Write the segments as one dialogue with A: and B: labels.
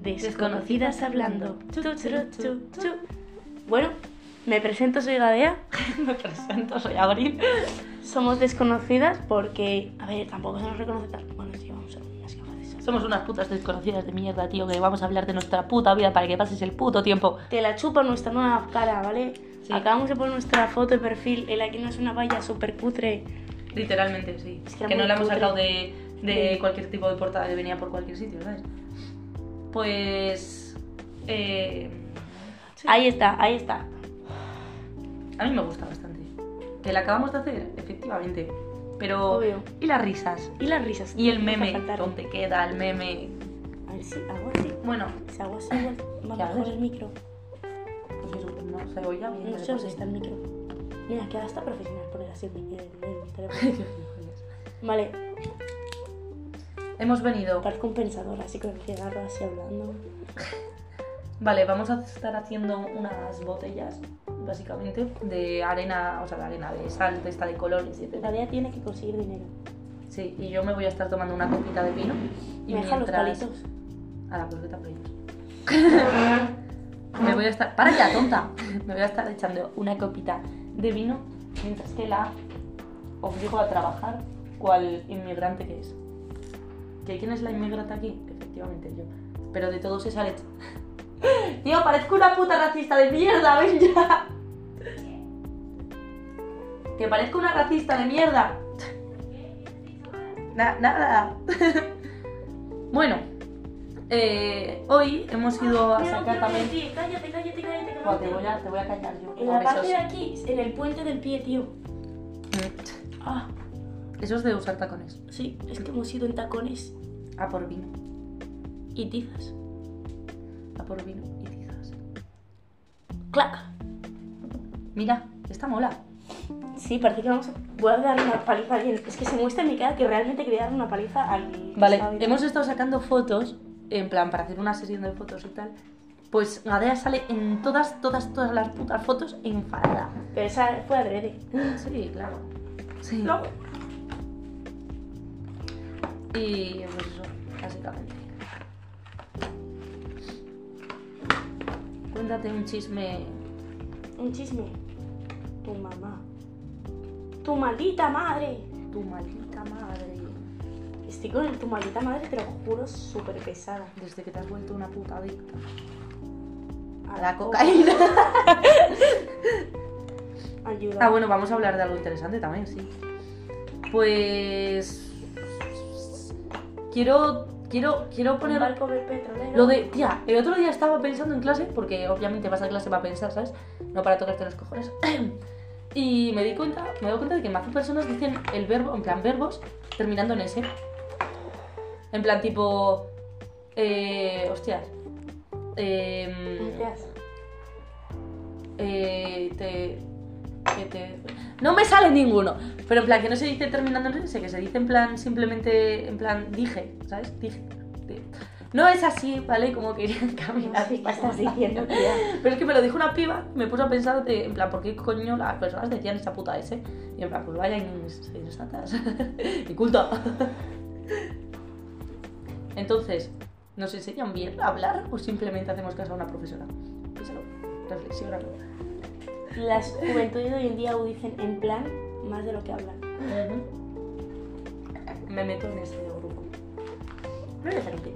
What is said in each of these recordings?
A: desconocidas hablando. Chu, chu, chu, chu. Bueno, me presento, soy Gadea.
B: Me presento, soy Abril.
A: Somos desconocidas porque, a ver, tampoco se nos reconoce tanto. Bueno, sí, vamos a ver unas gafas de sol.
B: Somos unas putas desconocidas de mierda, tío, que vamos a hablar de nuestra puta vida para que pases el puto tiempo.
A: Te la chupa nuestra nueva cara, ¿vale?
B: Sí.
A: Acabamos de poner nuestra foto de perfil en la que no es una valla súper cutre.
B: Literalmente, sí.
A: Es que
B: que
A: era
B: no
A: muy
B: la hemos
A: cutre.
B: sacado de, de
A: Sí.
B: cualquier tipo de portada que venía por cualquier sitio, ¿sabes? Pues... eh, sí.
A: Ahí está, ahí está.
B: A mí me gusta bastante. Que la acabamos de hacer, efectivamente. Pero...
A: Obvio.
B: Y las risas.
A: Oh. Y las risas.
B: Y el
A: nunca
B: meme.
A: faltaron.
B: ¿Dónde queda el meme?
A: A ver si hago así.
B: Bueno,
A: Si hago así, igual va
B: Ya
A: mejor
B: ves.
A: el micro.
B: pues eso, no se oía bien.
A: No
B: pero
A: sé dónde
B: pues-
A: está el micro. Mira, que ahora está profesional poner así el micro en el teléfono. Vale,
B: Hemos venido.
A: parezco un pensador, así con el cigarro, así hablando.
B: Vale, vamos a estar haciendo unas botellas, básicamente, de arena, o sea, de arena, de sal, de esta de colores,
A: La
B: etc.
A: tarea tiene que conseguir dinero.
B: Sí, y yo me voy a estar tomando una copita de vino. Y
A: Me deja los
B: mientras-
A: palitos.
B: A la puerta por ellos. me voy a estar. ¡Para ya, tonta! Me voy a estar echando una copita de vino mientras que la obligo a trabajar cual inmigrante que es. ¿Que ¿Quién es la inmigrante aquí? Efectivamente, yo. Pero de todo se sale. Tío, parezco una puta racista de mierda, ven ya. Que parezco una racista de mierda. Na- nada. bueno, eh, hoy hemos ido a sacar también.
A: Cállate, cállate, cállate.
B: Buah, te, voy a, te voy a callar yo.
A: En la parte de aquí, en el puente del pie, tío.
B: Esos-
A: Ah,
B: Mm. Eso es de usar tacones.
A: sí, es que hemos ido en tacones
B: A por vino.
A: y tizas.
B: A por vino y tizas.
A: ¡Clac!
B: Mira, está mola.
A: Sí, parece que vamos a... Voy a dar una paliza a alguien. Es que se muestra en mi cara que realmente quería dar una paliza al... que
B: Vale,
A: estaba viendo.
B: hemos estado sacando fotos, en plan, para hacer una sesión de fotos y tal. Pues Gadea sale en todas, todas, todas las putas fotos enfadada.
A: Pero esa fue adrede.
B: Mm. Sí, claro. Sí.
A: No.
B: Y pues eso, básicamente. Cuéntate un chisme.
A: Un chisme. Tu mamá. Tu maldita madre.
B: Tu maldita madre.
A: Estoy con el tu maldita madre, te lo juro, súper pesada.
B: Desde que te has vuelto una puta adicta.
A: A
B: cocaína.
A: Ayuda.
B: Ah, bueno, vamos a hablar de algo interesante también, sí. Pues. Quiero. Quiero. Quiero
A: Un
B: poner.
A: barco de petrolero.
B: Lo de. Tía, el otro día estaba pensando en clase, porque obviamente vas a clase para pensar, ¿sabes? No para tocarte los cojones. Y me di cuenta, me doy cuenta de que más personas dicen el verbo, en plan verbos, terminando en ese. En plan tipo. Eh. Hostias. Eh,
A: Gracias.
B: eh, te, que te- No me sale ninguno. Pero en plan, que no se dice terminando en ese, que se dice en plan simplemente, en plan, dije, ¿sabes? Dije. di- No es así, ¿vale? Como que
A: No
B: caminar.
A: sé qué estás diciendo, tía.
B: Pero es que me lo dijo una piba, me puso a pensar, de, en plan, ¿por qué coño las personas decían esa puta S? Y en plan, pues vaya insensatas. y culta. Entonces, ¿nos enseñan bien a hablar o simplemente hacemos caso a una profesora? Pues Piénsalo, reflexiónalo.
A: Las juventudes de hoy en día dicen en plan más de lo que hablan.
B: Me meto en ese grupo. No voy a hacer un pis.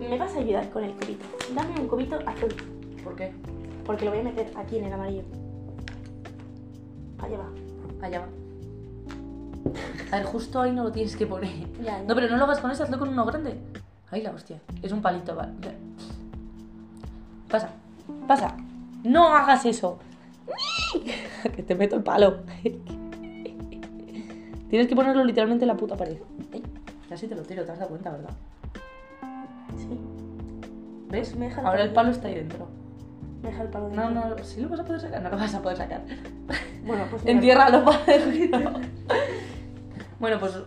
A: Me vas a ayudar con el cubito. Dame un cubito azul,
B: ¿Por qué?
A: porque lo voy a meter aquí en el amarillo. Allá va.
B: Allá va. A ver, justo ahí no lo tienes que poner.
A: Ya, ya.
B: No, pero no lo hagas con ese, hazlo con uno grande. Ay, la hostia. Es un palito, vale. Ya. Pasa, pasa. No hagas eso. que te meto el palo. tienes que ponerlo literalmente en la puta pared. Ay, Casi te lo tiro, te has dado cuenta, ¿verdad?
A: Sí,
B: ¿Ves?
A: Me deja el
B: Ahora el
A: palito.
B: palo está ahí dentro.
A: me deja el palo de
B: No, no, si lo vas a poder sacar, no lo vas a poder sacar.
A: Bueno, pues mira,
B: Entiérralo para el ruido. Bueno, pues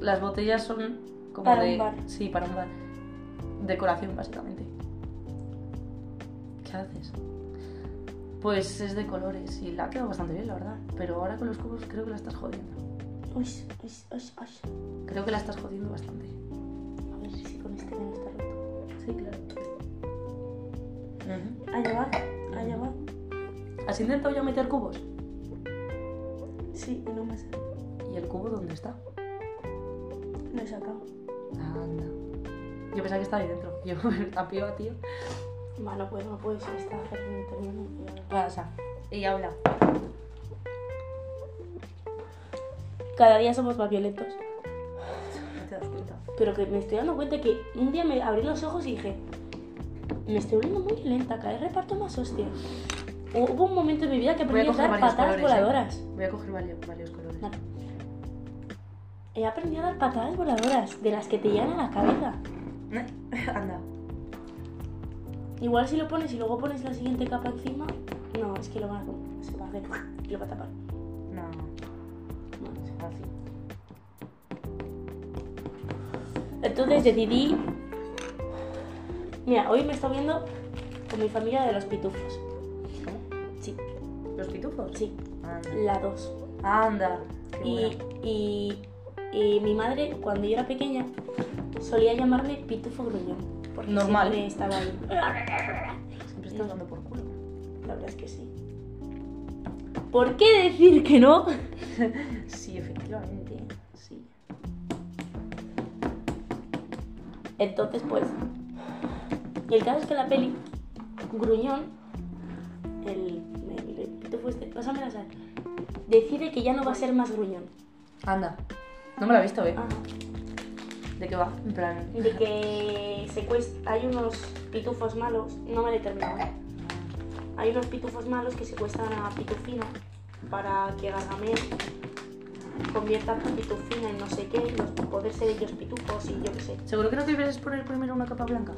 B: las botellas son como
A: Para
B: de.
A: un bar.
B: Sí, para un bar. Decoración, básicamente. ¿Qué haces? Pues es de colores y la ha quedado bastante bien, la verdad. Pero ahora con los cubos creo que la estás jodiendo.
A: Uy, uy, uy, uy.
B: Creo que la estás jodiendo bastante.
A: A ver si con este que no está roto.
B: Sí, Sí, claro. Ujú.
A: Allá va, allá va.
B: ¿Has intentado ya meter cubos?
A: Sí, y no me sale.
B: ¿Y el cubo dónde está?
A: No he sacado.
B: Anda. Yo pensaba que estaba ahí dentro. Yo tapio, tío.
A: Va, no
B: pues
A: puedo, no puedo. Si está haciendo un
B: Bueno, o sea, y habla.
A: Cada día somos más violentos.
B: No te das cuenta.
A: Pero que me estoy dando cuenta que un día me abrí los ojos y dije, me estoy volviendo muy lenta, cada vez reparto más hostias. Hu- Hubo un momento en mi vida que
B: Voy
A: aprendí
B: a
A: a,
B: coger
A: dar
B: varios
A: patadas
B: colores. eh.
A: voladoras.
B: Voy a coger varios, varios colores.
A: Nada. He aprendido a dar patadas voladoras, de las que te llegan a la cabeza.
B: Anda.
A: Igual si lo pones y luego pones la siguiente capa encima, no, es que lo van a com- se va a hacer y lo va a tapar.
B: No,
A: No, sí.
B: así.
A: Entonces decidí... Mira, hoy me estoy viendo con mi familia de los pitufos.
B: ¿Cómo?
A: Sí,
B: ¿Los pitufos?
A: sí,
B: Anda.
A: la dos.
B: Anda. Qué
A: Y,
B: buena.
A: y, y mi madre, cuando yo era pequeña, solía llamarme pitufo gruñón. Porque
B: Normal.
A: siempre estaba ahí.
B: Siempre estás dando por culo.
A: La verdad es que sí. ¿Por qué decir que no?
B: Sí, efectivamente. Sí.
A: Entonces, pues. Y el caso es que la peli, gruñón, el, el- el pitufo este, pásame la sal, decide que ya no va a ser más gruñón.
B: Anda. No me la he visto, ¿eh?
A: Ah,
B: ¿De qué va? En plan.
A: de que secuestra, hay unos pitufos malos, no me lo he terminado, ¿eh? Hay unos pitufos malos que secuestran a Pitufina para que Gargamel convierta a Pitufina en no sé qué, y los poder ser ellos pitufos y yo qué sé.
B: ¿Seguro que no quieres poner primero una capa blanca?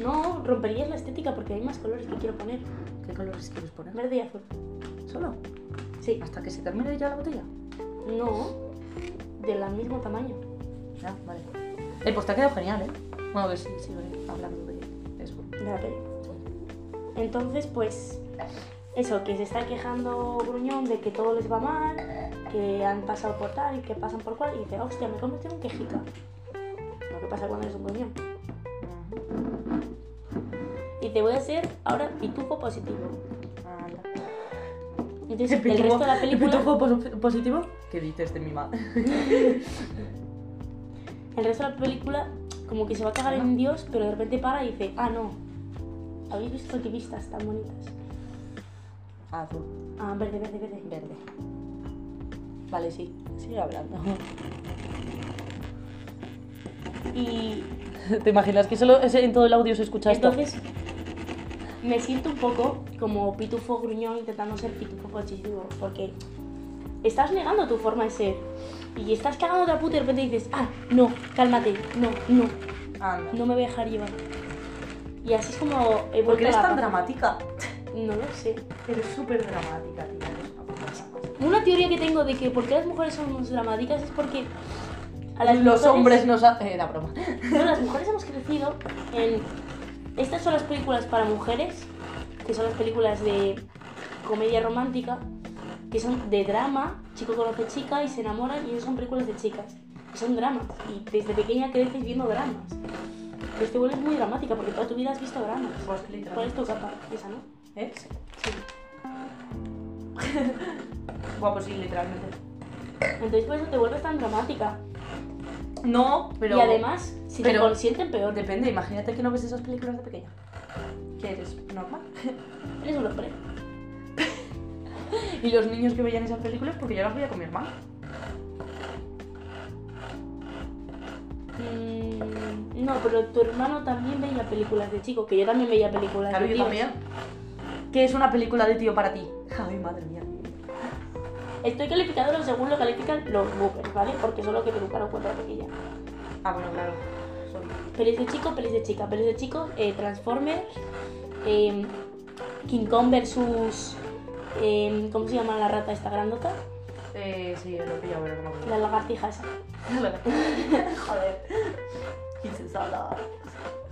A: No romperías la estética porque hay más colores que quiero poner.
B: ¿Qué colores quieres poner?
A: Verde y azul.
B: ¿Solo?
A: Sí.
B: ¿Hasta que se termine ya la botella?
A: No. Del mismo tamaño.
B: Ya, vale. Eh, pues te ha quedado genial, ¿eh? Bueno, que sí, sigo hablando de eso.
A: De la peli. Entonces, pues. Eso, que se está quejando Gruñón de que todo les va mal, que han pasado por tal y que pasan por cual, y dice, hostia, me he convertido en quejica. Lo que pasa cuando eres un gruñón. Y te voy a hacer ahora pitufo positivo.
B: Anda.
A: Entonces, el resto de la película.
B: pitufo pos- positivo? ¿Qué dices de mi madre?
A: El resto de la película como que se va a cagar en Dios, pero de repente para y dice, ah, no, ¿habéis visto qué vistas tan bonitas?
B: Azul.
A: Ah, verde, verde, verde.
B: Verde. Vale, sí. Sigue hablando.
A: Y
B: ¿Te imaginas que solo ese- en todo el audio se escucha esto?
A: entonces me siento un poco como pitufo gruñón intentando ser pitufo positivo, porque estás negando tu forma de ser. Y estás cagando otra puta y de repente dices, ah, no, cálmate, no, no,
B: Anda.
A: no me voy a dejar llevar. Y así es como... he vuelto
B: ¿Por qué eres
A: a la
B: tan
A: paz.
B: dramática?
A: No lo sé.
B: Eres súper dramática, tía. eres una puta dramática.
A: Una teoría que tengo de que por qué las mujeres somos dramáticas es porque a las
B: Los
A: mujeres-
B: hombres nos hacen... Era broma.
A: no, las mujeres hemos crecido en estas son las películas para mujeres que son las películas de comedia romántica que son de drama chico conoce chica y se enamoran y esas son películas de chicas son dramas y desde pequeña creces viendo dramas pues te vuelves muy dramática porque toda tu vida has visto dramas ¿cuál es tu capa? esa ¿no?
B: Pues, ¿Eh?
A: sí
B: Guapo, sí, literalmente.
A: entonces por eso te vuelves tan dramática
B: No, pero...
A: y además si
B: pero-
A: te consienten peor
B: Depende, imagínate que no ves esas películas de pequeña. ¿Qué eres? ¿Normal?
A: eres un hombre
B: Y los niños que veían esas películas, porque yo las veía con mi hermano.
A: Mm, No, pero tu hermano también veía películas de chico, que yo también veía películas
B: Claro,
A: de
B: yo
A: tíos.
B: también. ¿Qué es una película de tío para ti? Ay, madre mía.
A: Estoy calificándolo según lo califican los boomers, ¿vale? Porque son los que me educaron cuando era pequeña.
B: Ah, bueno, claro. Son-
A: Pelis de chico, pelis de chica. Pelis de chico, eh, Transformers, eh, King Kong versus... eh, ¿Cómo se llama la rata esta grandota?
B: Eh, sí, lo pillo, pero no me acuerdo.
A: La lagartija esa.
B: Joder. Insensada.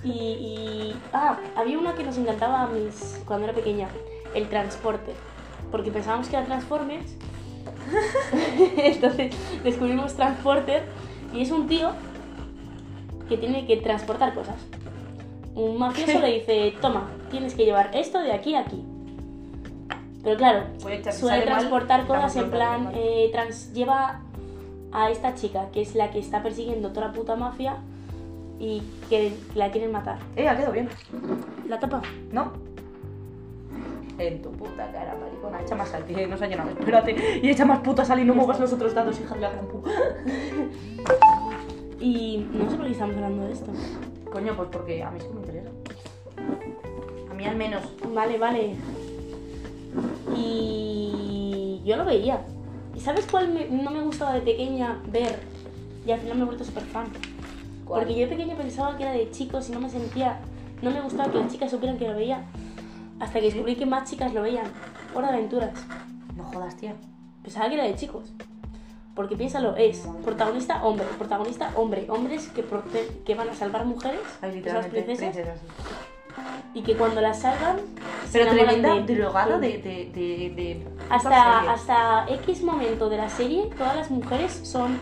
A: Y, y- Ah, había una que nos encantaba a mis... cuando era pequeña. El transporte. Porque pensábamos que era Transformers. Entonces descubrimos Transporter. Y es un tío que tiene que transportar cosas. Un mafioso le dice, toma, tienes que llevar esto de aquí a aquí. Pero claro,
B: Puede tra-
A: suele
B: sale mal,
A: transportar cosas
B: transporta
A: en plan,
B: mal.
A: eh, trans- lleva a esta chica, que es la que está persiguiendo toda la puta mafia y que la quieren matar.
B: Eh, ha quedado bien.
A: La tapa.
B: ¿No? En tu puta cara, maricona. Echa más sal, que nos ha llenado. Espérate. Y echa más puta sal y no muevas los otros dados, hija de la gran pu-
A: Y no sé por qué estamos hablando de esto.
B: Coño, pues porque a mí sí que me interesa. A mí al menos.
A: Vale, vale. Y yo lo veía. ¿Y sabes cuál me- no me gustaba de pequeña ver? Y al final me he vuelto súper fan.
B: ¿Cuál?
A: Porque yo de pequeña pensaba que era de chicos y no me sentía... No me gustaba que las chicas supieran que lo veía. Hasta que descubrí que más chicas lo veían. Hora de aventuras.
B: No jodas, tía.
A: Pensaba que era pues, de chicos. Porque piénsalo, es protagonista hombre, protagonista hombre, hombres que, prote- que van a salvar mujeres,
B: Ay,
A: que son las
B: literalmente.
A: princesas,
B: princesas.
A: y que cuando las salvan... se
B: Pero
A: enamoran
B: tremenda
A: de-
B: drogada
A: de-
B: de. de, de, de
A: Hasta, hasta X momento de la serie, todas las mujeres son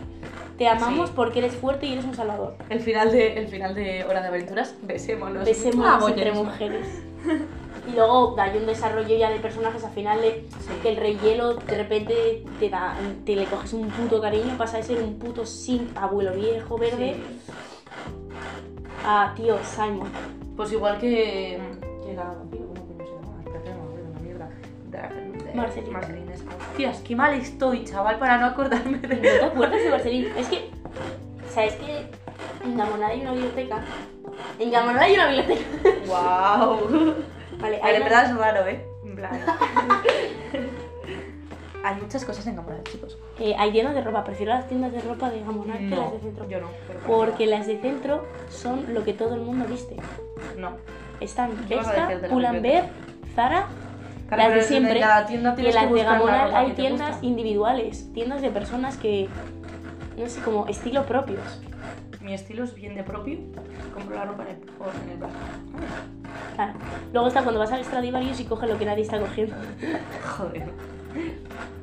A: te amamos
B: Sí.
A: porque eres fuerte y eres un salvador.
B: El final de, el final de Hora de Aventuras, besémonos.
A: Besémonos
B: Ah,
A: entre
B: voyerismo.
A: mujeres. Y luego hay un desarrollo ya de personajes al final de que el rey hielo de repente te da, te le coges un puto cariño, pasa de ser un puto sin abuelo viejo verde
B: Sí.
A: a Ah, tío Simon.
B: Pues igual que. que la vampiro, ¿cómo coño se llama? Espera, que me acuerdo, la mierda. Dark-
A: Marceline.
B: Marceline es- Hostias, qué mal estoy, chaval, para no acordarme
A: ¿No te
B: de.
A: acuerdas de Marcelín? Es que, ¿sabes que en Gamonada hay una biblioteca? En Gamonada hay una biblioteca.
B: ¡Wow!
A: Vale, hay
B: Pero en
A: una-
B: verdad es raro, ¿eh? En plan. Hay muchas cosas en cámara, chicos.
A: Eh, hay tiendas de ropa, prefiero las tiendas de ropa de Gamonal que las de centro.
B: yo no. pero
A: Porque las de centro son lo que todo el mundo viste.
B: No.
A: Están
B: ¿Qué vas a
A: Bershka,
B: decir de las
A: Pull&Bear, Zara
B: Claro, pero en
A: siempre.
B: La tienda
A: y en
B: tienes que
A: las de
B: buscar la
A: Gamonal
B: ropa que
A: hay
B: te
A: tiendas
B: gusta.
A: individuales, tiendas de personas que, no sé, como estilo propios.
B: Mi estilo es bien de propio. Compro la ropa en el, o en el bar.
A: Claro. Luego está cuando vas al Stradivarius y coges lo que nadie está cogiendo.
B: Joder.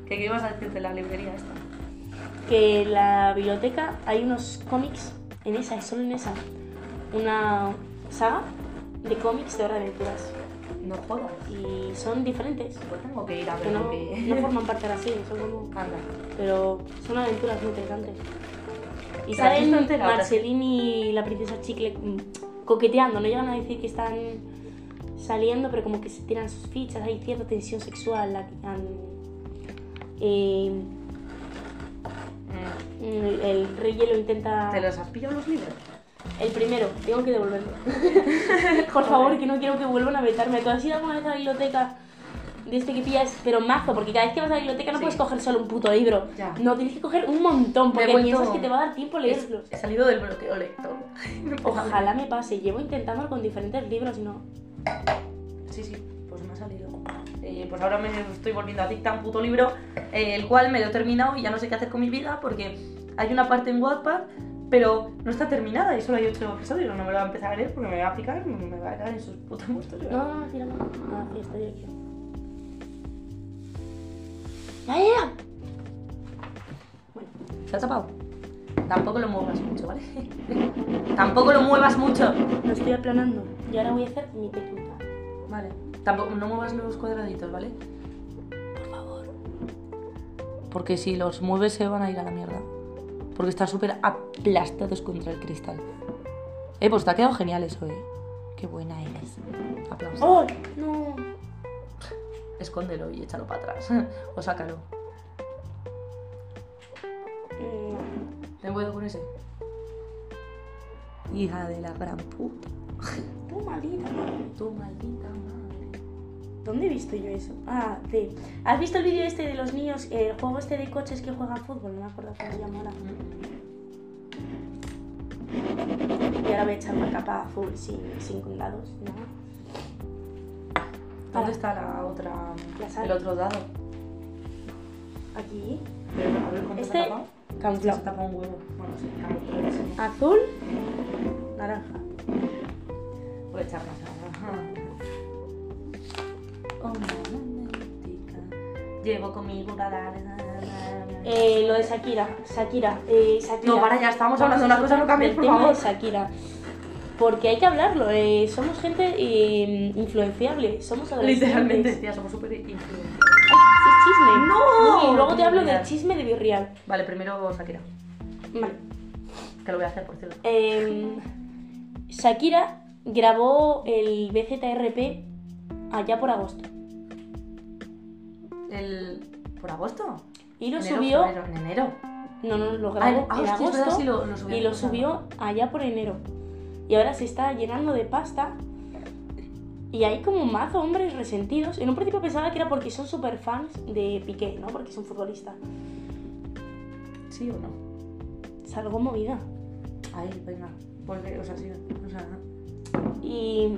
B: ¿Qué, ¿Qué ibas a decir de la librería esta?
A: Que en la biblioteca hay unos cómics, en esa, solo en esa, una saga de cómics de hora de aventuras.
B: No jodas.
A: Y son diferentes.
B: Pues tengo que ir a
A: que
B: ver
A: no,
B: lo que-
A: no forman parte de la serie, son como...
B: Anda.
A: Pero son aventuras muy interesantes. Y
B: ¿Te la has
A: salen
B: visto entera ahora?
A: Marceline y la princesa Chicle mm, coqueteando, no llegan a decir que están saliendo, pero como que se tiran sus fichas, hay cierta tensión sexual. La, que han- eh,
B: Mm.
A: el, el rey hielo intenta...
B: ¿Te los has pillado los libros?
A: El primero, tengo que devolverlo. Por favor, que no quiero que vuelvan a vetarme. ¿Tú has ido alguna vez a la biblioteca de este que pillas? Pero mazo, porque cada vez que vas a la biblioteca no
B: Sí.
A: puedes coger solo un puto libro.
B: Ya.
A: No, tienes que coger un montón,
B: Me he
A: porque
B: vuelto-
A: piensas que te va a dar tiempo
B: Es-
A: leerlos.
B: He salido del bloqueo lector.
A: Ojalá me pase. Llevo intentándolo con diferentes libros y no.
B: Sí, sí, pues me ha salido. Eh, pues ahora me estoy volviendo adicta a un puto libro, eh, el cual me lo he terminado y ya no sé qué hacer con mi vida porque hay una parte en Wattpad, pero no está terminada y solo hay ocho episodios. No me lo voy a empezar a leer porque me va a picar, me va a dar en sus putos muertos.
A: No, no, no, tira no. Ah, sí, está dirección. ¡Ya, ya, ya!
B: ¿Se ha tapado? Tampoco lo muevas mucho, ¿vale? Tampoco lo muevas mucho.
A: Lo estoy aplanando. Y ahora voy a hacer mi técnica.
B: Vale. Tampoco, no muevas los cuadraditos, ¿vale? Por favor. Porque si los mueves se van a ir a la mierda. Porque están súper aplastados contra el cristal. Eh, pues te ha quedado genial eso, eh. Qué buena eres. Aplausos.
A: ¡Oh! No.
B: Escóndelo y échalo para atrás. o sácalo.
A: Mm,
B: Ten cuidado con ese. Hija de la gran puta.
A: Tú, maldita.
B: Tu maldita madre.
A: ¿Dónde he visto yo eso? Ah, sí. ¿Has visto el vídeo este de los niños, el juego este de coches que juegan fútbol? No me acuerdo cómo se llama ahora. Y ahora voy a echar una capa azul sin, sin condados, ni nada.
B: ¿Dónde
A: Para.
B: está la otra.
A: La sal.
B: el otro dado?
A: Aquí.
B: Pero, a ver, ¿cómo se
A: Este-
B: tapa? Se
A: Camuflado.
B: tapa un huevo. Bueno, sí, camuflado, sí. Ah,
A: Azul. Naranja.
B: Voy a echar más agua. Oh, mamá, Llevo conmigo la la, la, la, la, la.
A: Eh, lo de Shakira, Shakira, eh, Shakira.
B: No, para, ya estamos
A: Vamos
B: hablando de una cosa, no cambies,
A: del
B: por
A: tema
B: favor.
A: de Shakira. Porque hay que hablarlo, eh, somos gente eh, influenciable, somos adolescentes.
B: Literalmente, tía, somos súper influencers.
A: Es chisme.
B: ¡No!
A: Uy, luego te hablo
B: Mira.
A: del chisme de Virreal.
B: Vale, primero Shakira,
A: Vale.
B: que lo voy a hacer, por cierto.
A: Em, Shakira grabó el BZRP allá por agosto.
B: El... ¿Por agosto?
A: Y lo
B: Enero,
A: subió.
B: febrero, en enero.
A: No, no, lo
B: Ah,
A: grabó
B: ah,
A: en
B: hostia, es verdad,
A: agosto.
B: sí, lo- lo subió
A: y
B: en
A: lo
B: agosto.
A: subió allá por enero. Y ahora se está llenando de pasta. Y hay como mazo hombres resentidos. En un principio pensaba que era porque son super fans de Piqué, ¿no? Porque es un futbolista.
B: ¿Sí o no?
A: Salgo movida.
B: Ahí, venga. Porque, o sea, sí. O sea,
A: Y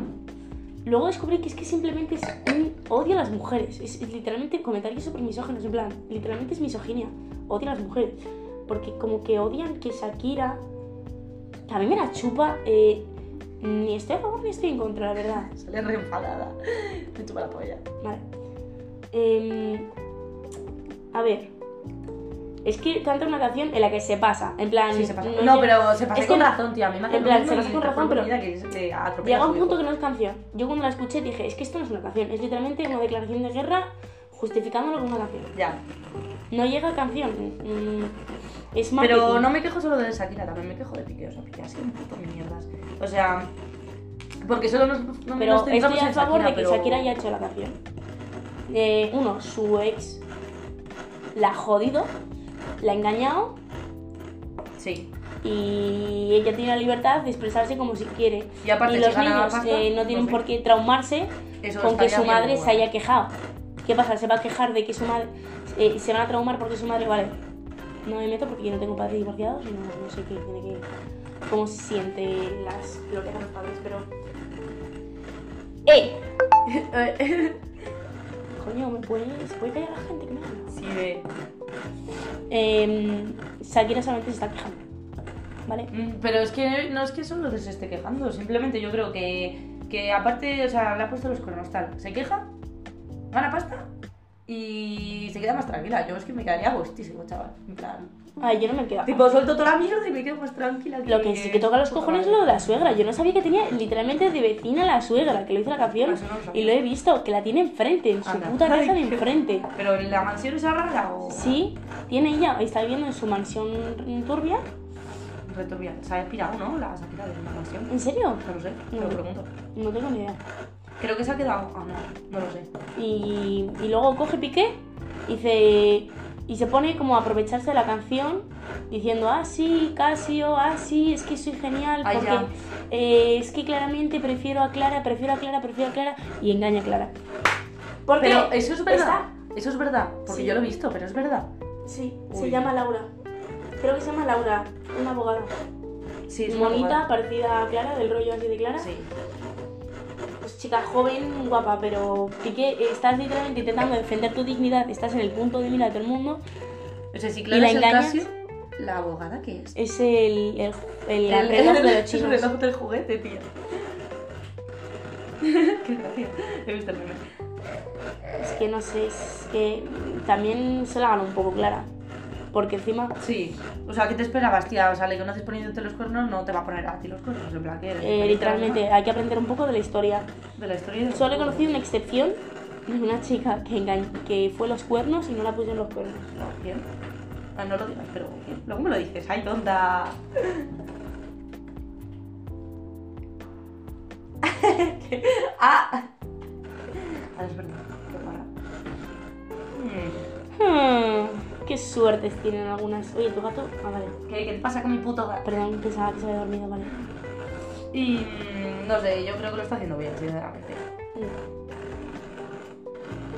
A: luego descubrí que es que simplemente es un odio a las mujeres. Es, es literalmente comentarios súper misóginos. En plan, literalmente es misoginia. Odio a las mujeres. Porque como que odian que Shakira. Que a mí me la chupa. eh, ni estoy a favor ni estoy en contra, la verdad.
B: sale re enfadada. Me chupa la polla.
A: Vale. Em, a ver. Es que canta una canción en la que se pasa. En plan.
B: Sí, se pasa. No,
A: lle-
B: pero se pasa
A: es que
B: con
A: Ah, no-
B: razón, tía. A mí me hace
A: en
B: lo
A: plan,
B: mismo
A: se
B: y
A: pasa con
B: te
A: razón,
B: juro
A: pero
B: que es- te atropella
A: Llega
B: a su
A: un punto
B: hijo.
A: que no es canción. Yo cuando la escuché dije, es que esto no es una canción, es literalmente una declaración de guerra justificándolo como una canción.
B: Ya.
A: No llega a canción. mm, Es más.
B: Pero no me quejo solo de Shakira, también me quejo de Piqué. O sea, Piqué ha sido un puto mierdas. O sea, porque solo nos, no,
A: Pero
B: nos centramos
A: estoy a favor
B: en Shakira,
A: de que
B: pero-
A: Shakira haya hecho la canción. Eh, uno, su ex la ha jodido, la ha engañado
B: Sí.
A: y ella tiene la libertad de expresarse como si quiere.
B: Y aparte,
A: y los
B: si gana
A: niños
B: pasta,
A: eh, no tienen
B: sé.
A: por qué traumarse
B: Eso
A: con que
B: estaría
A: su
B: bien,
A: madre
B: bueno.
A: se haya quejado. ¿Qué pasa? ¿Se va a quejar de que su madre... eh, se van a traumar porque su madre... Vale, no me meto porque yo no tengo padres divorciados y no, no sé qué tiene que... cómo se siente las glorias de los padres, pero... ¡Eh! Coño, ¿me puedes, puede callar la gente? Que me habla?
B: Sí, de...
A: Em, Shakira solamente se está quejando, ¿vale?
B: Mm, Pero es que no es que solo se esté quejando, simplemente yo creo que, que aparte, o sea, le ha puesto los cuernos tal. Se queja, gana pasta y se queda más tranquila. Yo es que me quedaría gustísimo, chaval. En plan.
A: Ay, yo no me quedo.
B: Tipo, suelto toda la mierda y me quedo más tranquila.
A: Lo que sí que toca los cojones es lo de la suegra. Yo no sabía que tenía literalmente de vecina la suegra, que lo hizo la canción.
B: Eso no lo sabía.
A: Y lo he visto, que la tiene enfrente, en su
B: Anda.
A: puta casa de
B: Ay, qué-
A: enfrente.
B: Pero en la mansión es rara o.
A: Sí, tiene ella, está viviendo en su mansión turbia.
B: Returbia. Se ha pirado, ¿no? La se ha pirado de la mansión.
A: ¿En serio?
B: No lo sé, te
A: No.
B: lo pregunto.
A: No tengo ni idea.
B: Creo que se ha quedado. Ah, no, no lo sé.
A: Y, y luego coge Piqué y se, y se pone como a aprovecharse de la canción diciendo, ah, sí, Casio, ah, sí, es que soy genial,
B: Ay,
A: porque
B: Ah, ya.
A: eh, es que claramente prefiero a Clara, prefiero a Clara, prefiero a Clara, y engaña a Clara. Porque
B: Pero eh, eso es verdad.
A: esa-
B: Eso es verdad. Porque
A: Sí.
B: yo lo he visto, pero es verdad.
A: Sí,
B: Uy.
A: se llama Laura. Creo que se llama Laura, una abogada.
B: Sí, es una
A: Monita,
B: abogada.
A: parecida a Clara, del rollo así de Clara.
B: Sí.
A: Pues chica joven, guapa, pero Piqué, estás literalmente intentando defender tu dignidad, estás en el punto de mira de todo el mundo.
B: O sea, si
A: ¿Y la
B: Clara es el
A: engañas?
B: Casio, la abogada que es.
A: Es el, el, el reloj de los
B: El
A: chinos.
B: reloj del juguete, tío. Qué gracia. He visto el meme.
A: Es que no sé, es que también se la ganó un poco Clara. Porque encima
B: Sí. O sea, ¿qué te esperabas, tía? O sea, le conoces poniéndote los cuernos, no te va a poner a ti los cuernos. En plan, que eres
A: Eh,
B: un
A: literalmente hay que aprender un poco de la historia.
B: De la historia de
A: Solo he conocido una excepción de una chica que, engañ- que fue los cuernos y no la pusieron los cuernos.
B: ¿Quién? Ah, no lo digas, pero ¿quién? Luego me lo dices. ¡Ay, tonta! ¿Qué? ¡Ah! Ah, es verdad. Qué rara. Hmm.
A: Hmm, qué suertes tienen algunas. Oye, tu gato. Ah, vale.
B: ¿Qué, ¿Qué te pasa con mi puto gato?
A: Perdón, pensaba que se había dormido, vale.
B: Y mm, no sé, yo creo que lo está haciendo bien, sinceramente.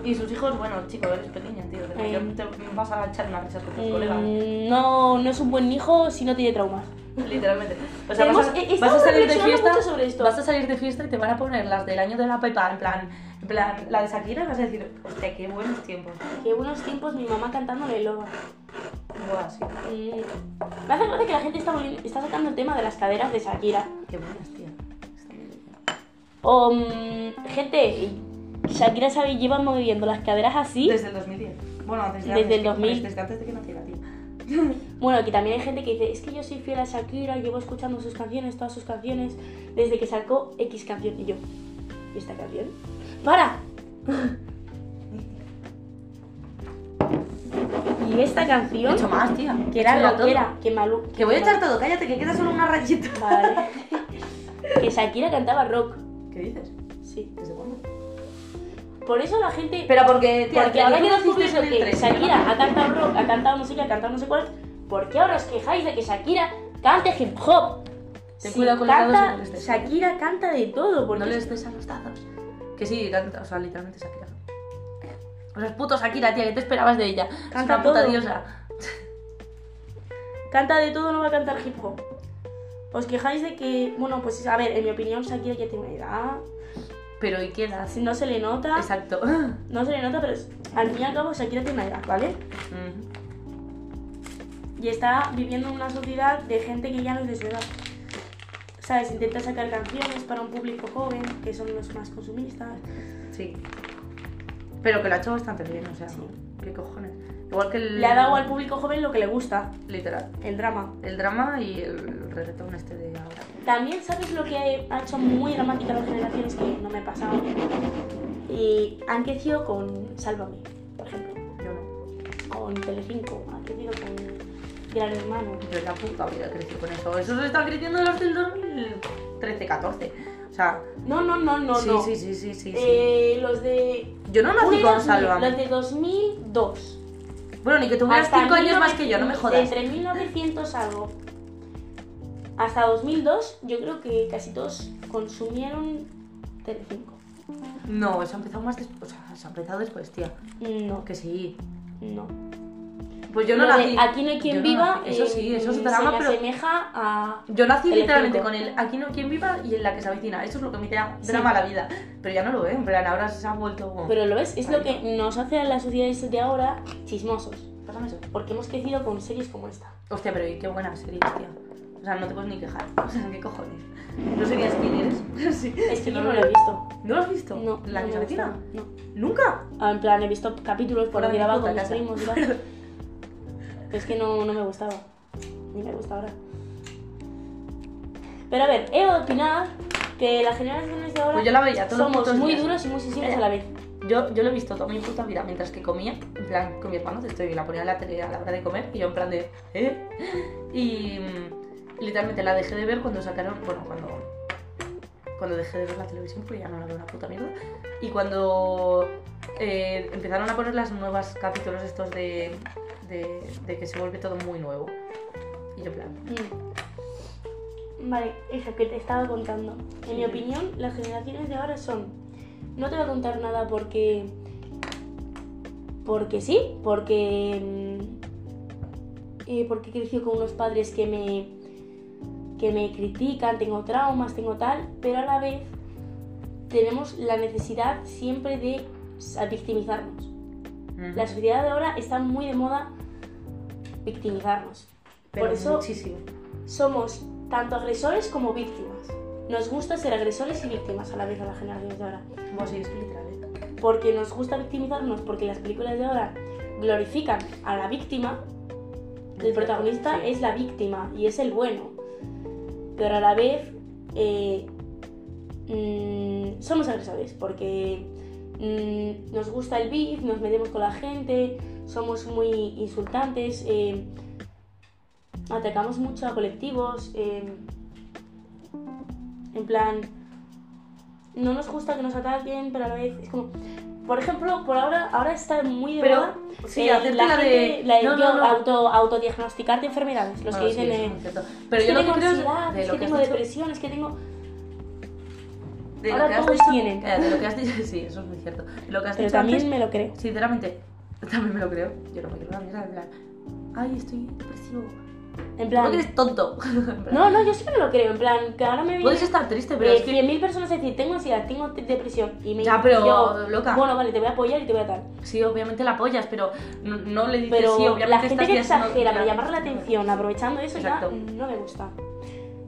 B: Y sus hijos, bueno, chicos, eres pequeña, tío. Te,
A: Eh.
B: yo- te- vas a echar una risa con tus colegas.
A: Mm, No, no es un buen hijo si no tiene traumas.
B: Literalmente. O sea,
A: Tenemos-
B: vas a,
A: eh,
B: vas a
A: estamos
B: salir de
A: reflexionando
B: fiesta.
A: mucho sobre esto.
B: Vas a salir de fiesta y te van a poner las del año de la Pepa, en plan, en plan, la de Shakira, y vas a decir, hostia, qué buenos tiempos.
A: Que buenos tiempos mi mamá cantándole loba.
B: Buah, sí.
A: Mm, Me hace gracia que la gente está, volviendo- está sacando el tema de las caderas de Shakira.
B: Qué buenas, tío. Está muy bien.
A: O mm, gente Shakira sabe, lleva moviendo las caderas así.
C: Desde el 2010. Bueno, antes de
A: Desde
C: antes,
A: el
C: que-
A: 2000.
C: Desde antes de que naciera, tío.
A: Bueno, aquí también hay gente que dice, es que yo soy fiel a Shakira, llevo escuchando sus canciones, todas sus canciones, desde que sacó X canción. Y yo, ¿y esta canción? ¡Para! y esta
C: He
A: canción,
C: hecho más, tía.
A: que era
C: Espera, todo.
A: rockera, que Malú...
C: Que voy a echar todo, cállate, que queda solo una rayita.
A: Vale. que Shakira cantaba rock.
C: ¿Qué dices?
A: Sí.
C: ¿Desde cuándo?
A: Por eso la gente...
C: Pero porque, tía,
A: porque ahora
C: tú
A: que
C: naciste
A: descubrís
C: en
A: eso,
C: el
A: que
C: 13, ¿no?
A: Shakira ha cantado rock, ha cantado no sé qué, ha cantado no sé cuál, ¿por qué ahora os quejáis de que Shakira cante hip hop?
B: Ten
A: Si
B: cuidado con los
A: canta,
B: dados y con los dedos.
A: Shakira canta de todo, porque
B: No le estés a los dados. Que sí, canta, o sea, literalmente Shakira. O sea, es puto Shakira, tía, ¿qué te esperabas de ella? es
A: Canta
B: una puta
A: todo.
B: diosa.
A: canta de todo, no va a cantar hip hop. Os quejáis de que, bueno, pues a ver, en mi opinión Shakira ya tiene una edad,
B: Pero ¿y qué edad?
A: si no se le nota,
B: Exacto.
A: no se le nota, pero es- al fin y al cabo Shakira tiene una edad, ¿vale?
B: Ujú.
A: Y está viviendo en una sociedad de gente que ya no es de su edad. ¿Sabes? Intenta sacar canciones para un público joven, que son los más consumistas.
B: Sí. Pero que lo ha hecho bastante bien, o sea,
A: Sí.
B: ¿qué cojones? Igual que el.
A: Le ha dado al público joven lo que le gusta,
B: Literal.
A: el drama.
B: El drama y el reggaetón este de ahora.
A: También sabes lo que ha hecho muy dramática las generaciones que no me pasaba. Y han crecido con Sálvame, por ejemplo,
B: Yo no.
A: con Telecinco, han crecido con Gran Hermano.
B: Yo en la puta vida crecí con eso. Eso se está creciendo desde el 2013, 14. O sea,
A: No, no, no, no,
B: sí,
A: no.
B: sí, sí, sí, sí, sí.
A: Eh, los de
B: Yo no nací
A: Uno
B: con
A: de
B: Salva.
A: 2000, Los de 2002.
B: Bueno, ni que tuvieras 5 años
A: 1900
B: más que yo, no me jodas.
A: Entre 1900 algo hasta 2002, yo creo que casi todos consumieron Telecinco.
B: No, se ha empezado más después. O sea, se ha empezado después, tía.
A: No,
B: Que sí.
A: no.
B: Pues yo no
A: Lo de
B: nací.
A: Aquí no hay
B: yo
A: quien
B: no
A: viva. eh,
B: nací. Eso sí, eso es drama,
A: se me
B: pero-
A: asemeja a.
B: Yo nací
A: Telecinco.
B: literalmente con el aquí no quien viva y en la que se avecina. Eso es lo que me da
A: Sí.
B: drama a la vida. Pero ya no lo veo, en plan, ahora se ha vuelto. como-
A: Pero lo ves, es lo que nos hace a las sociedades de ahora chismosos.
B: Pásame eso.
A: Porque hemos crecido con series como esta.
B: Hostia, pero y qué buena serie, tía. O sea, no te puedes ni quejar. O sea, ¿qué cojones? No sabías quién eres. Pero sí.
A: Es que yo no
B: lo
A: lo he visto.
B: ¿No lo has visto?
A: No,
B: ¿La
A: no
B: que
A: me
B: se
A: gusta,
B: avecina?
A: No.
B: ¿Nunca?
A: Ah, En plan, he visto capítulos por
B: Fuera de
A: donde
B: mi
A: daba
B: Ah, puta
A: con mis
B: casa.
A: primos y tal. Pero es que no, no me gustaba. Ni me gusta ahora. Pero a ver, he de opinar que las generaciones de ahora
B: Pues yo la veía todos los
A: somos
B: putos
A: muy
B: días.
A: duros y muy sensibles a la vez.
B: Yo, yo lo he visto toda mi puta vida mientras que comía, en plan, con mi hermano, te estoy, la ponía en la tele a la hora de comer y yo en plan de, ¿eh? Y mm, literalmente la dejé de ver cuando sacaron, bueno, cuando, cuando dejé de ver la televisión, porque ya no la veo una puta mierda. Y cuando eh, empezaron a poner las nuevas capítulos estos de, de, de que se vuelve todo muy nuevo. Y yo en plan,
A: Mm. Vale, eso que te estaba contando. En mi
B: Sí.
A: opinión, las generaciones de ahora son. No te voy a contar nada porque. Porque sí, porque. mm, eh, porque creció con unos padres que me. que me critican, tengo traumas, tengo tal, pero a la vez tenemos la necesidad siempre de sa- victimizarnos.
B: mm,
A: La sociedad de ahora está muy de moda victimizarnos.
B: pero
A: por eso-
B: muchísimo.
A: Somos tanto agresores como víctimas. Nos gusta ser agresores y víctimas a la vez a las generaciones de ahora.
B: Bueno, sí, es que literal, ¿eh?
A: Porque nos gusta victimizarnos, porque las películas de ahora glorifican a la víctima. El protagonista
B: Sí.
A: es la víctima y es el bueno. Pero a la vez eh, mm, somos agresores porque mm, nos gusta el beef, nos metemos con la gente, somos muy insultantes, eh, atacamos mucho a colectivos. eh, en plan, no nos gusta que nos ataquen, pero a la vez es como. Por ejemplo, por ahora, ahora está muy de moda
B: Pero, sí,
A: eh,
B: hacerte la, de...
A: gente- la de
B: no,
A: yo
B: no, no.
A: auto- autodiagnosticarte enfermedades. Los
B: No,
A: que
B: sí,
A: dicen,
B: eso
A: eh,
B: es muy cierto.
A: es
B: Pero
A: que
B: yo lo que
A: tengo
B: creo
A: ansiedad,
B: de
A: es
B: lo
A: que
B: que has
A: tengo
B: dicho-
A: depresión, es que tengo...
B: de
A: ahora
B: lo que has
A: todos
B: dicho-
A: tienen.
B: eh, de lo que has dicho, sí, eso es muy cierto. De lo que has
A: Pero
B: dicho
A: también
B: antes,
A: me lo creo.
B: sinceramente, también me lo creo. Yo no me creo la mierda, en plan, ay, estoy depresivo.
A: En
B: No
A: plan...
B: que eres tonto. En plan,
A: No, no, yo sí que me lo creo. En plan, que ahora me viene...
B: Puedes estar triste, pero es
A: eh,
B: que...
A: 100.000 personas a decir, tengo ansiedad, tengo te- depresión. Y me
B: Ya, pero,
A: yo,
B: loca.
A: Bueno, vale, te voy a apoyar y te voy a tal.
B: Sí, obviamente la apoyas, pero no, no le dices
A: Pero
B: sí,
A: la
B: obviamente
A: gente
B: estás
A: que
B: ya siendo-
A: exagera
B: ya-
A: para llamar la atención aprovechando eso
B: Exacto.
A: ya no me gusta.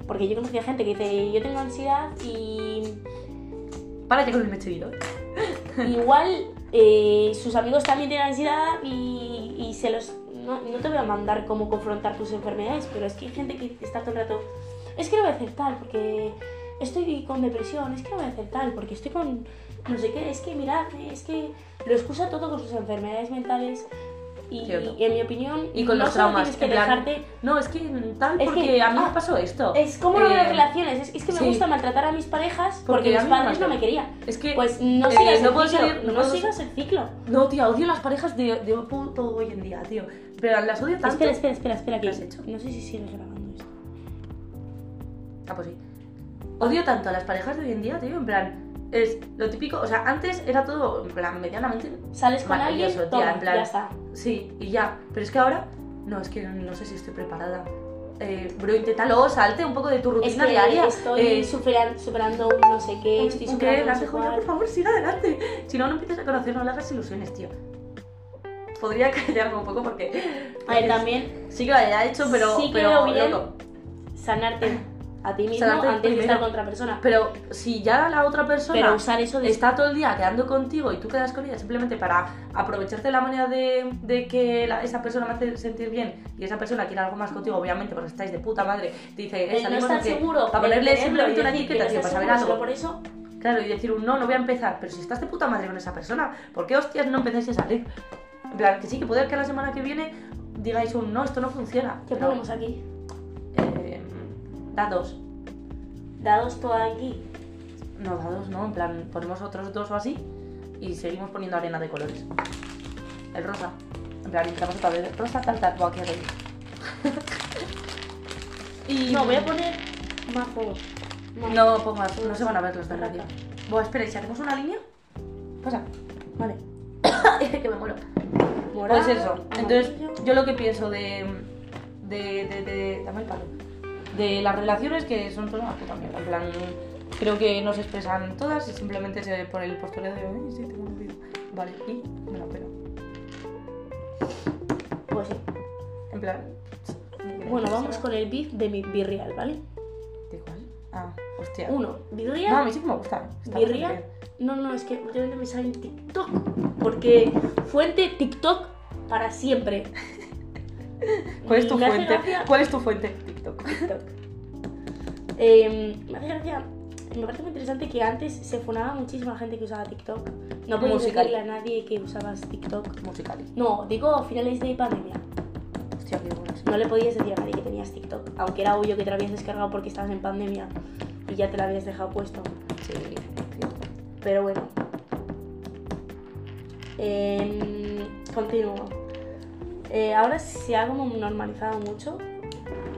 A: Porque yo conocía gente que dice, yo tengo ansiedad y...
B: ¿eh? Párate con el mechero.
A: Igual eh, sus amigos también tienen ansiedad y, y se los. No, no te voy a mandar cómo confrontar tus enfermedades, pero es que hay gente que está todo el rato. Es que no voy a hacer tal porque estoy con depresión, es que no voy a hacer tal porque estoy con no sé qué, es que mirad, es que lo excusa todo con sus enfermedades mentales. Y,
D: Cierto.
A: y en mi opinión,
D: Y con
A: no
D: los
A: solo
D: traumas,
A: tienes que
D: en plan-
A: dejarte
D: No, es que tal,
A: Es que-
D: porque a mí
A: ah,
D: me pasó esto.
A: Es como lo de las
D: Eh,
A: relaciones. Es, es que me
D: sí.
A: gusta maltratar a mis parejas
D: Porque
A: porque,
D: a
A: mis
D: mí me
A: padres no
D: maltratan.
A: me querían.
D: Es que.
A: Pues no
D: eh,
A: sigas
D: no
A: el
D: puedo
A: ciclo.
D: salir- no
A: no
D: puedo
A: sigas el ciclo.
D: No, tía, odio las parejas de, de punto hoy en día, tío. Pero las odio tanto.
A: Espera, espera, espera, espera. Que
D: ¿Qué has hecho?
A: no sé si sigues grabando esto.
D: Ah, pues sí.
B: Odio tanto a las parejas de hoy en día, tío, en plan, es lo típico, o sea, antes era todo, en plan, medianamente,
A: Sales con alguien,
B: Maravilloso, tía,
A: toma,
B: en plan-
A: ya está.
B: sí, y ya, pero es que ahora, no, es que no sé si estoy preparada. Eh, bro, inténtalo, salte un poco de tu
A: Es
B: rutina
A: que
B: diaria.
A: estoy
B: eh,
A: superan- superando un no sé qué, estoy
B: un que
A: superando
B: la
A: no sé
B: cejo, ya,
A: cuál.
B: por favor, siga adelante. Si no, no empieces a conocer, no le hagas ilusiones, tío. Podría callarme un poco porque
A: A ver, también
B: sí que lo haya hecho, pero,
A: Sí que
B: pero,
A: veo bien.
B: loco.
A: sanarte a ti mismo
B: Sanarte
A: antes de
B: primero.
A: estar con otra persona.
B: pero si ya la otra persona
A: Pero usar eso de...
B: está todo el día quedando contigo y tú quedas con ella simplemente para aprovecharte de la manera de, de que la- esa persona me hace sentir bien y esa persona quiere algo más contigo, obviamente, porque estáis de puta madre, te dice,
A: de
B: eh,
A: no
B: salimos
A: estar
B: a que-
A: seguro.
B: para
A: de
B: ponerle
A: tenerlo
B: simplemente
A: y
B: una
A: decir que
B: etiqueta,
A: no
B: tío, para
A: estás
B: saber
A: seguro
B: algo.
A: solo por eso,
B: Claro, y decir un no, no voy a empezar, pero si estás de puta madre con esa persona, ¿por qué hostias no empezáis a salir? En plan, que sí, que puede que la semana que viene digáis un no, esto no funciona.
A: ¿qué
B: pero,
A: ponemos aquí?
B: eh, da dos.
A: Dados todo aquí.
B: No, da dos, no, en plan, ponemos otros dos o así y seguimos poniendo arena de colores. El rosa. En plan, entramos otra vez. Rosa, tal, tal, buah, qué rey. y
A: No, voy a poner más fuego. Más.
B: No pongas, no se van a ver los de radio. Buah, espera, ¿y si hacemos una línea? Pasa. Vale. que me muero.
A: Morado,
B: Pues
A: Ah,
B: eso. Entonces,
A: amarillo.
B: yo lo que pienso de. de. de. de. dame el palo. De las relaciones que son todas una puta mierda. En plan, creo que no se expresan todas y simplemente se pone el postureo de. "Ay, sí, tengo un novio". Vale, y me la pelo.
A: Pues sí.
B: En plan.
A: Bueno, vamos con el beef de mi birreal, ¿vale?
B: ¿De cuál? Ah, hostia.
A: Uno, birreal.
B: No, a mí sí que me gusta. ¿eh? Está
A: ¿Birria?
B: bastante bien.
A: No, no, es que últimamente me sale en TikTok. Porque fuente TikTok para siempre.
B: ¿Cuál es
A: Y
B: tu
A: me hace
B: fuente?
A: gracia
B: ¿Cuál es tu fuente? TikTok.
A: TikTok. Eh, me hace gracia. Me parece muy interesante que antes se funaba muchísima gente que usaba TikTok. No podías
B: Musical.ly.
A: decirle a nadie que usabas TikTok.
B: Musicales.
A: No, digo a finales de pandemia.
B: Hostia, qué buenas.
A: No le podías decir a nadie que tenías TikTok, aunque era obvio que te lo habías descargado porque estabas en pandemia y ya te lo habías dejado puesto.
B: Sí,
A: Pero bueno. Em, continúo. Eh, ahora se ha como normalizado mucho,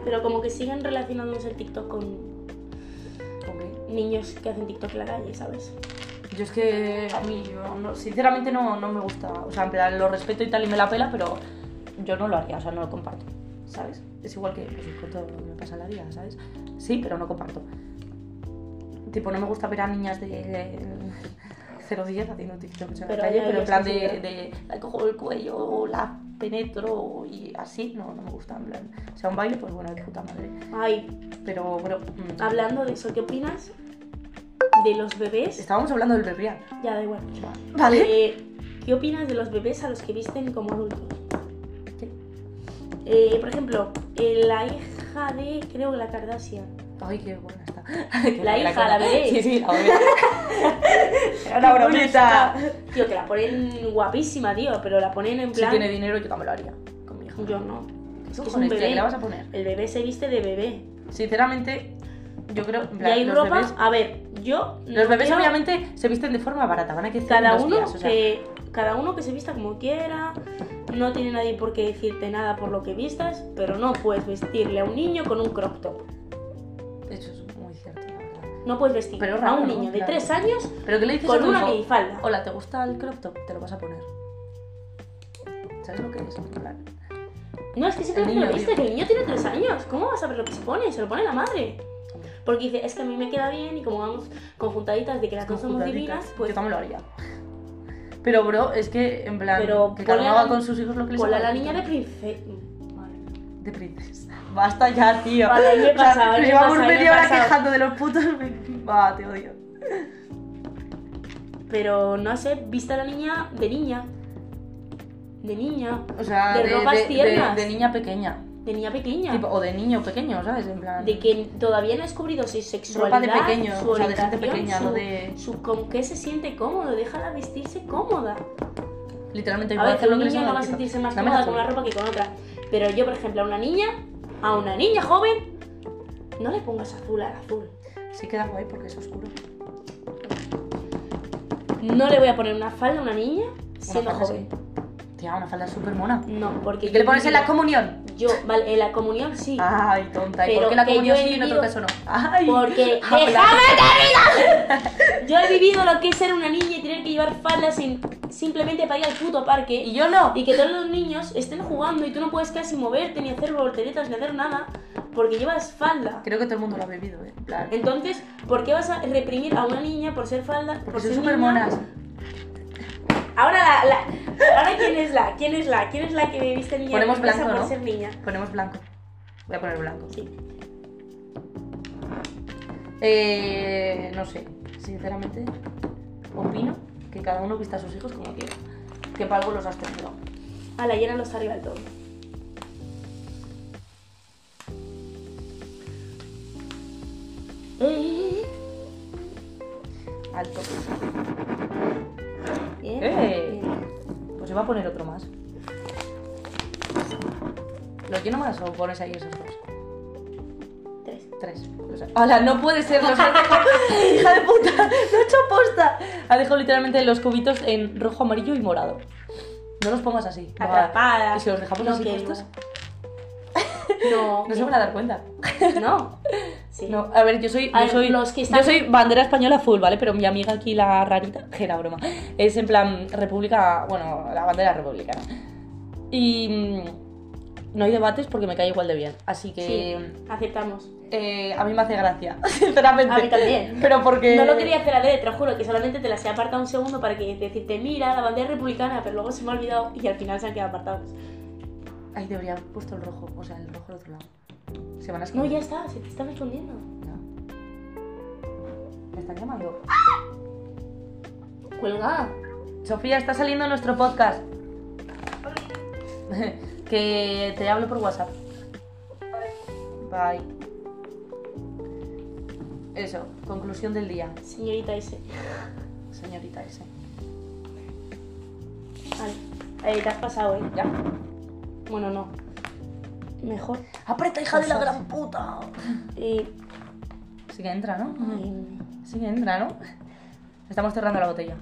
A: pero como que siguen relacionándose el TikTok con
B: ok.
A: niños que hacen TikTok en la calle, ¿sabes?
B: Yo es que a mí, yo no- sinceramente no, no me gusta. O sea, en plan, lo respeto y tal y me la pela, pero yo no lo haría, o sea, no lo comparto, ¿sabes? Es igual que pues, con todo lo que me pasa en la vida, ¿sabes? Sí, pero no comparto. Tipo, no me gusta ver a niñas de, de 0-10 haciendo TikTok en la
A: Pero
B: calle,
A: ya,
B: pero
A: ya
B: en plan de,
A: sí, ¿eh? sí,
B: de la cojo el cuello, la penetro y así, no, no me gusta, en plan. O sea, un baile, pues bueno, de puta madre.
A: Ay,
B: Pero, bueno, mm,
A: hablando de eso, ¿qué opinas de los bebés?
B: estábamos hablando del berrial.
A: Ya, da igual.
B: Vale.
A: Eh, ¿Qué opinas de los bebés a los que visten como adultos?
B: ¿Qué?
A: Eh, por ejemplo, eh, la hija de, creo, la Kardashian.
B: Ay, qué buena está.
A: La hija, la bebé.
B: Sí, sí, la bebé. Era una bromita.
A: Tío, que la ponen guapísima, tío, pero la ponen en
B: Si
A: plan...
B: tiene dinero, yo también lo haría. Con mi hija.
A: Yo no.
B: ¿Qué
A: es un
B: cojones, tía,
A: bebé.
B: ¿Qué le vas a poner?
A: El bebé se viste de bebé.
B: Sinceramente, yo creo. en
A: Y
B: plan,
A: hay
B: los
A: ropa...
B: Bebés,
A: A ver, yo...
B: los
A: no
B: bebés,
A: quiero-
B: obviamente, se visten de forma barata. Van a crecer en
A: Cada
B: dos
A: uno,
B: días, o sea,
A: que, cada uno que se vista como quiera. No tiene nadie por qué decirte nada por lo que vistas, pero no puedes vestirle a un niño con un crop top.
B: Eso es muy cierto, la verdad.
A: No puedes vestir
B: Pero
A: a
B: raro,
A: un
B: ¿no?
A: niño de
B: Claro.
A: 3 años
B: Pero ¿qué le dices a
A: con
B: tu
A: una
B: hijo?
A: minifalda.
B: Hola, ¿te gusta el crop top? Te lo vas a poner. ¿Sabes lo que es? En plan,
A: No, es que simplemente
B: niño,
A: lo viste,
B: digo.
A: que el niño tiene tres años. ¿Cómo vas a ver lo que se pone? Se lo pone la madre. Porque dice, es que a mí me queda bien y como vamos con juntaditas de que las dos somos
B: juntaditas.
A: divinas, pues
B: Yo también lo haría. Pero, bro, es que, en plan,
A: Pero
B: que cada
A: ponle
B: uno
A: a la-
B: haga con sus hijos lo que les
A: cola a
B: haga
A: la
B: gana.
A: niña de princesa. Madre mía.
B: de princesa. Basta ya, tío.
A: Vale, ahí me he
B: O sea,
A: pasado, ahí
B: nos
A: me he
B: llevamos
A: pasado, ahí me he
B: media hora
A: pasado.
B: quejando de los putos. Va, te odio.
A: Pero no sé, vista a la niña de niña. De niña.
B: O sea,
A: De ropas tiernas.
B: de, niña pequeña.
A: De niña pequeña.
B: Tipo, o de niño pequeño, ¿sabes? En plan.
A: de que todavía no ha descubrido su sexualidad,
B: de pequeño,
A: su
B: o sea, de gente
A: orientación,
B: pequeña,
A: su,
B: no de-
A: su- con qué se siente cómodo, déjala vestirse cómoda.
B: Literalmente
A: A
B: igual
A: veces
B: hacer
A: un
B: lo que le
A: niño
B: salga
A: no va a
B: la
A: sentirse más
B: No me
A: cómoda
B: la
A: con una
B: juego.
A: ropa que con otra. Pero yo, por ejemplo, a una niña, a una niña joven, no le pongas azul al azul.
B: Sí queda guay porque es oscuro.
A: No le voy a poner una falda a una niña siendo
B: falda
A: joven.
B: Tía, una falda súper mona.
A: No, porque
B: ¿Y qué le
A: yo
B: pones
A: he
B: en la
A: vivido-
B: comunión?
A: Yo, vale, en la comunión sí.
B: Ay, tonta. ¿Y
A: Pero
B: por qué la
A: que yo
B: comunión
A: he
B: sí y en
A: vivido-
B: otro caso no? Ay.
A: Porque
B: habla.
A: déjame terminar. Yo he vivido lo que es ser una niña y tener que llevar faldas sin, simplemente para ir al puto parque
B: Y yo no.
A: y que todos los niños estén jugando y tú no puedes casi moverte, ni hacer volteretas, ni hacer nada, porque llevas falda.
B: Creo que todo el mundo lo ha bebido, ¿eh? En plan,
A: Entonces, ¿por qué vas a reprimir a una niña por ser falda?
B: Porque
A: ser
B: son súper
A: niña?
B: monas.
A: Ahora, la, la- ahora ¿quién es la? ¿Quién es la? ¿Quién es la que me viste niña?
B: Ponemos
A: que me pasa
B: blanco,
A: por
B: ¿no?
A: ser niña.
B: Ponemos blanco. Voy a poner blanco.
A: Sí.
B: Eh, no sé. Sinceramente, opino que cada uno vista a sus hijos como quiera. Que para algo los has tenido.
A: Ala, llénalos arriba del todo. Eh,
B: Alto.
A: bien,
B: Eh.
A: bien.
B: Pues iba a poner otro más. ¿Lo lleno más o pones ahí esos dos?
A: Tres.
B: Tres. O sea, ¡Hala! No puede ser. Los ha dejado- ¡Hija de puta! ¡Lo he hecho posta! Ha dejado literalmente los cubitos en rojo, amarillo y morado. No los pongas así. va.
A: Atrapada.
B: Y si los dejamos
A: No
B: así
A: quiero.
B: puestos,
A: No,
B: no se van a dar cuenta.
A: no. Sí.
B: No, a ver, yo soy,
A: A
B: yo
A: ver,
B: soy,
A: los que están-
B: yo soy bandera española full, ¿vale? Pero mi amiga aquí, la rarita, que era broma, es en plan república, bueno, la bandera republicana. Y mm, no hay debates porque me cae igual de bien, así que
A: Sí, aceptamos.
B: eh, a mí me hace gracia, sinceramente.
A: A mí también.
B: Pero porque...
A: No lo quería hacer a ver, te lo juro, que solamente te las he apartado un segundo para que decirte, mira, la bandera republicana, pero luego se me ha olvidado y al final se han quedado apartados.
B: Ahí debería haber puesto el rojo, o sea, el rojo al otro lado. Se van a
A: No,
B: esconder.
A: ya está, se te están escondiendo.
B: No. Me están llamando.
A: Cuelga.
B: Sofía, está saliendo nuestro podcast. que te hablo por WhatsApp. Bye. Eso, conclusión del día,
A: Señorita ese.
B: señorita S.
A: Vale. Eh, te has pasado, ¿eh?
B: Ya.
A: Bueno, no. Mejor.
B: ¡Apreta, hija de la gran puta!
A: Eh,
B: Sí que entra, ¿no?
A: eh,
B: Sí que entra, ¿no? Estamos cerrando la botella.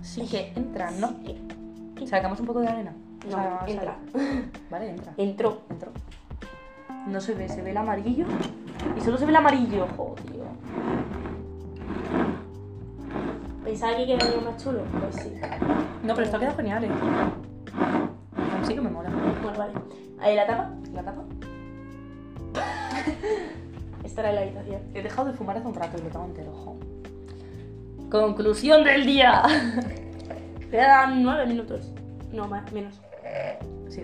B: Sí que entra, ¿no?
A: eh,
B: Sacamos un poco de arena. O
A: No,
B: sea, sale.
A: entra.
B: Vale, entra.
A: Entró.
B: Entró. No se ve, se ve el amarillo. Y solo se ve el amarillo, joder.
A: Pensaba que quedaría más chulo. Pues sí.
B: No, pero esto ha quedado genial, eh. Sí que me mola.
A: Bueno, vale. Ahí la tapa.
B: ¿La tapa?
A: Estará en la habitación.
B: He dejado de fumar hace un rato y lo tengo entero, ojo. Conclusión del día.
A: Quedan nueve minutos. No, más, menos.
B: Sí.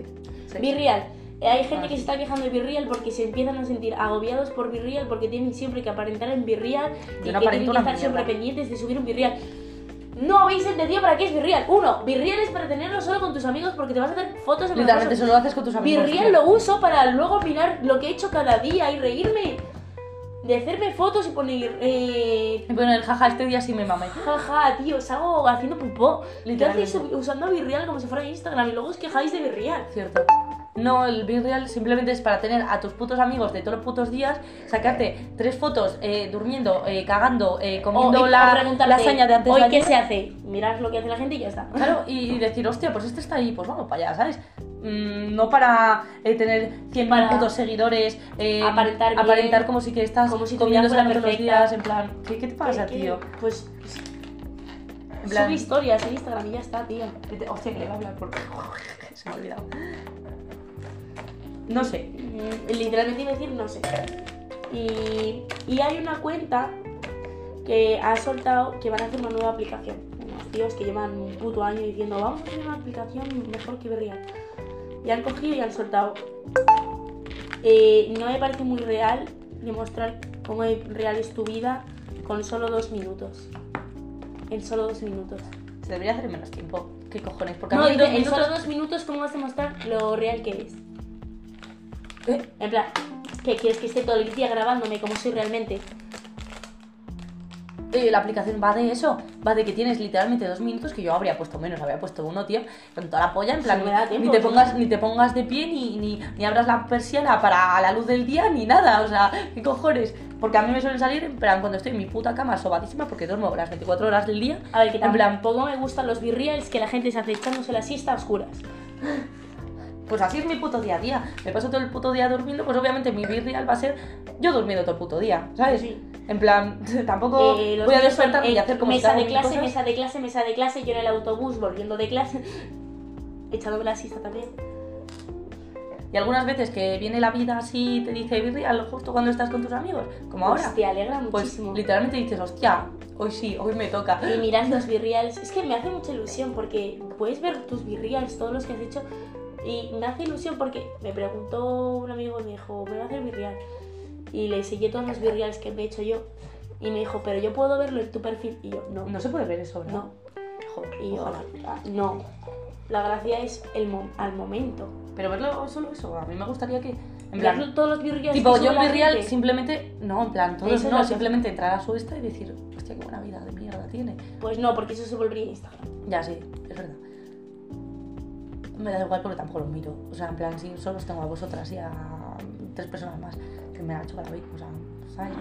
A: Virreal. Eh, Hay gente
B: Ah,
A: que
B: sí.
A: se está quejando de Virreal porque se empiezan a sentir agobiados por Virreal porque tienen siempre que aparentar en Virreal y
B: Yo no
A: que
B: aparento
A: tienen que
B: una
A: estar siempre
B: mierda.
A: pendientes de subir un Virreal. No habéis entendido para qué es Virreal. Uno, Virreal es para tenerlo solo con tus amigos porque te vas a hacer fotos en los
B: Literalmente
A: vasos.
B: solo lo haces con tus amigos.
A: Virreal lo uso para luego mirar lo que he hecho cada día y reírme. De hacerme fotos y poner. Eh,
B: Bueno, el jaja este día sí me mamé.
A: jaja, tío, salgo haciendo pupó.
B: Literalmente.
A: Entonces usando Virreal como si fuera Instagram y luego os quejáis de Virreal.
B: Cierto. No, el Virreal simplemente es para tener a tus putos amigos de todos los putos días, sacarte tres fotos eh, durmiendo, eh, cagando, eh, comiendo
A: o,
B: la
A: o preguntarte,
B: lasaña de antes
A: hoy
B: de
A: qué
B: ayer.
A: se hace mirar lo que hace la gente y ya está
B: Claro, y y decir, hostia, pues este está ahí, pues vamos para allá, ¿sabes? Mm, no para eh, tener 100
A: Para
B: putos seguidores, eh,
A: aparentar bien,
B: aparentar como si que estás
A: como si tu
B: comiendo
A: vida fuera
B: salame todos los
A: perfecta.
B: días, en plan, ¿qué, qué te pasa,
A: ¿Qué- qué?
B: tío?
A: pues
B: En plan-
A: sube historias en Instagram y ya está tío
B: Vete- Hostia, que le iba a hablar porque se me ha olvidado. No sé,
A: Mm, literalmente iba a decir no sé y, y hay una cuenta que ha soltado que van a hacer una nueva aplicación unos tíos que llevan un puto año diciendo vamos a hacer una aplicación mejor que Berrial y han cogido y han soltado Eh, no me parece muy real demostrar cómo de real es tu vida con solo dos minutos en solo dos minutos.
B: Se debería hacer en menos tiempo. ¿Qué cojones? Porque
A: No,
B: a mí
A: dice,
B: dos
A: en solo
B: minutos...
A: dos minutos, ¿cómo vas a mostrar lo real que eres?
B: ¿Eh?
A: En plan, ¿qué quieres que esté todo el día grabándome como soy realmente?
B: Eh, la aplicación va de eso, va de que tienes literalmente dos minutos, que yo habría puesto menos, habría puesto uno, tío, con toda la polla, en plan,
A: Sí, me da tiempo,
B: ni, te
A: sí.
B: pongas, ni te pongas de pie, ni, ni, ni abras la persiana para la luz del día, ni nada, o sea, ¿qué cojones? Porque a mí me suelen salir, en plan, cuando estoy en mi puta cama sobadísima, porque duermo las 24 horas del día,
A: A ver, que
B: en plan,
A: tampoco me gustan los virreals que la gente se hace echándose la siesta a oscuras.
B: pues así es mi puto día a día, me paso todo el puto día durmiendo, pues obviamente mi virreal va a ser yo durmiendo todo el puto día, ¿sabes?
A: Sí.
B: En plan, tampoco
A: Eh, los
B: voy a
A: niños son,
B: despertarme y
A: eh,
B: hacer como si
A: mesa
B: hago
A: de
B: mil
A: clase,
B: cosas.
A: mesa de clase, mesa de clase, yo en el autobús volviendo de clase, echándome la siesta también.
B: Y algunas veces que viene la vida así y te dice virreal justo cuando estás con tus amigos, como ahora,
A: Pues te alegra
B: pues
A: muchísimo.
B: literalmente dices, hostia, hoy sí, hoy me toca.
A: y miras los virreals, es que me hace mucha ilusión porque puedes ver tus virreals, todos los que has hecho, y me hace ilusión porque me preguntó un amigo, me dijo, me voy a hacer virreal, y le enseñé todos los virreals que me he hecho yo, y me dijo, pero yo puedo verlo en tu perfil, y yo, no,
B: No se puede ver eso, ¿verdad?
A: no,
B: Joder,
A: y yo,
B: ojalá.
A: "Ah, no, la gracia es el mo- al momento,
B: Pero verlo solo eso, a mí me gustaría que, en
A: Ver
B: plan,
A: todos los virreals
B: tipo
A: que sube
B: yo en
A: la
B: virreal
A: gente.
B: simplemente, no, en plan, todos
A: Eso es
B: no,
A: lo que-
B: simplemente entrar a su esta y decir, hostia, qué buena vida de mierda tiene.
A: pues no, porque eso se volvería Instagram,
B: Ya, sí, es verdad. Me da igual porque tampoco los miro. O sea, en plan, sí, solo os tengo a vosotras y a tres personas más que me han hecho para mí. O sea, ¿sabes?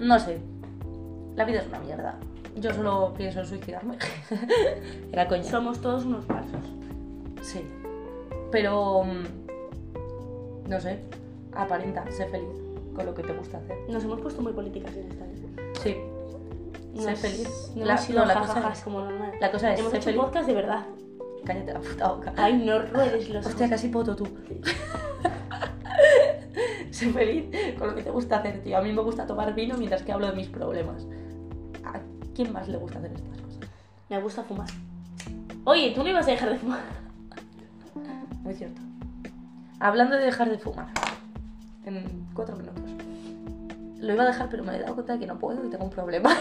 B: No sé. La vida es una mierda. Yo solo pienso en suicidarme. Era coña.
A: somos todos unos falsos,
B: Sí. Pero. mm, No sé. Aparenta, sé feliz con lo que te gusta hacer.
A: nos hemos puesto muy políticas en esta vida.
B: Sí. Sé
A: Nos-
B: feliz.
A: No
B: La-
A: hemos sido
B: no, la cosa
A: jajajas
B: es-
A: como normal.
B: La cosa es,
A: Hemos
B: sé
A: hecho
B: feliz.
A: podcast de verdad.
B: Cállate la puta boca.
A: Ay, no ruedes los
B: Hostia,
A: ojos.
B: casi poto tú. Sé feliz con lo que te gusta hacer, tío. A mí me gusta tomar vino mientras que hablo de mis problemas. ¿A quién más le gusta hacer estas cosas?
A: Me gusta fumar. Oye, tú no ibas a dejar de fumar.
B: Muy cierto. Hablando de dejar de fumar. En cuatro minutos. Lo iba a dejar, pero me he dado cuenta de que no puedo y tengo un problema.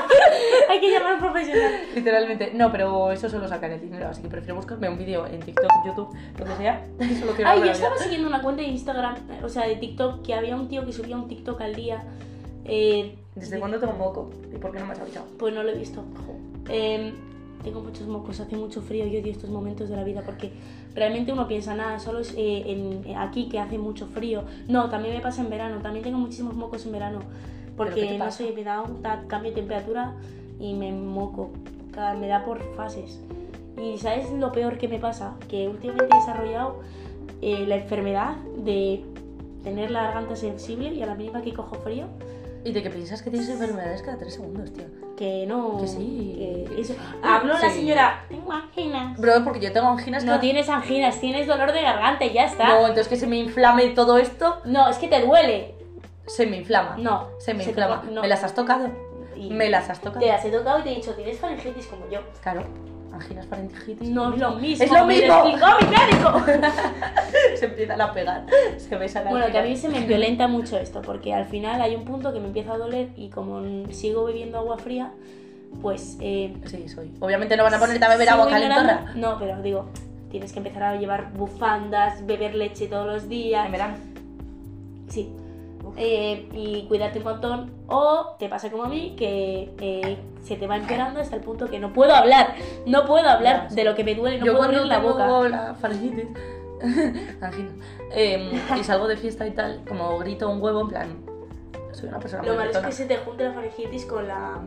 A: Hay que llamar al profesional.
B: Literalmente. No, pero eso solo sacar el dinero. Así que prefiero buscarme un vídeo en TikTok, YouTube, lo que sea. Solo quiero
A: Ay,
B: hablar
A: yo
B: de-
A: estaba siguiendo una cuenta de Instagram, eh, o sea, de TikTok, que había un tío que subía un TikTok al día. Eh,
B: ¿Desde
A: de-
B: cuándo tengo moco? ¿Y por qué no me has avisado?
A: Pues no lo he visto. Eh, tengo muchos mocos, hace mucho frío y odio estos momentos de la vida porque realmente uno piensa nada, solo es eh, en- eh, aquí que hace mucho frío. No, también me pasa en verano, también tengo muchísimos mocos en verano
B: ¿Pero qué te
A: porque no
B: pasa?
A: sé, me da un ta- cambio de temperatura y me moco, Ca- me da por fases. Y ¿sabes lo peor que me pasa? Que últimamente he desarrollado eh, la enfermedad de tener la garganta sensible y a la mínima que cojo frío
B: Y de que piensas que tienes enfermedades cada tres segundos, tío.
A: Que no.
B: Que sí.
A: que eso. Habló la
B: Sí.
A: señora. Tengo anginas.
B: Bro, porque yo tengo anginas
A: No
B: cada-
A: tienes anginas, tienes dolor de garganta y ya
B: No,
A: está.
B: entonces que se me inflame todo esto,
A: No, es que te duele.
B: se me inflama.
A: No.
B: Se me
A: te
B: inflama.
A: co- no.
B: ¿Me las has tocado?
A: Y
B: Me las has tocado.
A: Te las he tocado y te he dicho, tienes faringitis como yo.
B: Claro. Anginas faringitis.
A: No es lo mismo.
B: Es lo
A: me
B: mismo.
A: explicó mi médico.
B: se empiezan a pegar. Se besan las
A: bueno, que a mí
B: anginas.
A: se me violenta mucho esto, porque al final hay un punto que me empieza a doler y como n- sigo bebiendo agua fría, pues. Eh,
B: Sí, soy. Obviamente no van a ponerte a beber
A: sigo
B: agua
A: ignorando-
B: calentona.
A: No, pero digo, tienes que empezar a llevar bufandas, beber leche todos los días.
B: En verano.
A: Sí.
B: Uf.
A: Eh, y cuidarte un montón o te pasa como a mí que eh, se te va empeorando hasta el punto que no puedo hablar, no puedo hablar
B: Ya, sí.
A: de lo que me duele, no
B: yo
A: puedo
B: cuando
A: abrir la
B: tengo
A: boca.
B: la faringitis, angina, eh, y salgo de fiesta y tal, como grito un huevo, en plan, soy una persona
A: Lo
B: muy
A: malo es
B: gritona.
A: que se te junta la faringitis con la...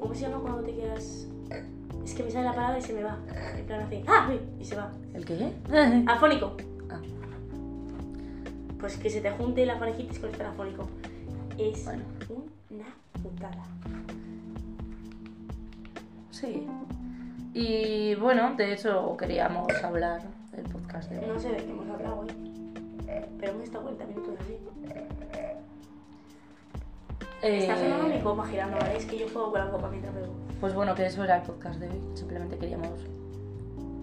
A: ¿Cómo se llama cuando te quedas...? Es que me sale la palabra y se me va. En plan así, ¡ah! uy", Y se va.
B: ¿El qué?
A: Afónico.
B: Mm. Ah.
A: Pues que se te junte la faringitis con el afónico. Es
B: Bueno.
A: una putada.
B: Sí. Y bueno, de eso queríamos hablar el podcast de hoy.
A: No sé de qué hemos hablado hoy. Pero hemos estado 40 minutos así.
B: Eh,
A: Está sonando mi copa girando, ¿vale? Es que yo juego con la copa mientras bebo.
B: Pues bueno, que eso era el podcast de hoy. Simplemente queríamos.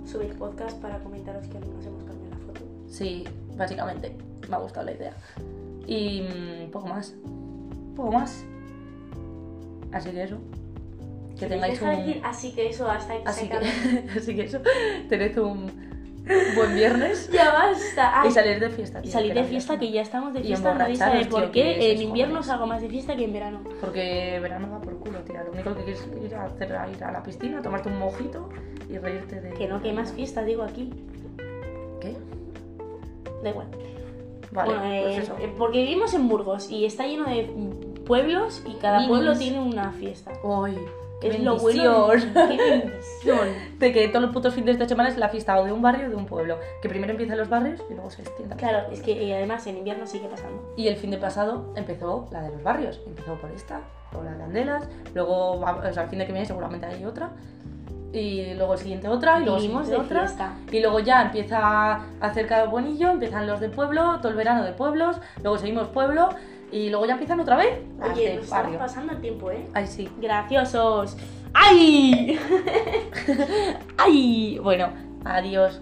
A: Subir podcast para comentaros que nos hemos cambiado la foto.
B: Sí, básicamente. Me ha gustado la idea. Y mm, poco más. Poco más. Así que eso. Que que tengáis
A: Deja de decir,
B: un...
A: así que eso, hasta que
B: Así
A: se
B: que,
A: acabe.
B: así que eso, tened un buen viernes
A: Ya basta. ay.
B: y salir de fiesta.
A: Y
B: tío,
A: salir de
B: la
A: fiesta, que ya estamos de
B: Y
A: fiesta, nadie
B: emborracharos,
A: sabe
B: tío,
A: por
B: que
A: qué. En
B: sois
A: invierno
B: jóvenes.
A: salgo más de fiesta que en verano.
B: Porque verano va por culo, tía. Lo único que quieres es ir a, hacer, a ir a la piscina, tomarte un mojito y reírte de...
A: Que no, que hay más fiesta, digo aquí.
B: ¿Qué?
A: Da igual.
B: Vale,
A: Bueno, eh,
B: pues eso.
A: eh, porque vivimos en Burgos y está lleno de pueblos y cada
B: Minis.
A: pueblo tiene una fiesta.
B: Uy, qué
A: Es lo bueno.
B: bendición.
A: Qué bendición.
B: De que todos los putos fines de semana es la fiesta o de un barrio o de un pueblo. Que primero empiezan los barrios y luego se extiende.
A: Claro, es que eh, además en invierno sigue pasando.
B: Y el fin de pasado empezó la de los barrios. Empezó por esta, por las candelas. Luego, va- o sea, el fin de que viene seguramente hay otra. Y luego el siguiente otra. Y luego el
A: Vivimos
B: siguiente
A: Ah, de
B: otra.
A: fiesta.
B: Y luego ya empieza a hacer cada buenillo, empiezan los de pueblo, todo el verano de pueblos, luego seguimos pueblo y luego ya empiezan otra vez las
A: Oye,
B: de
A: nos estamos
B: barrio.
A: pasando el tiempo, ¿eh?
B: Ay, sí.
A: Graciosos. ¡Ay!
B: Ay, bueno, adiós.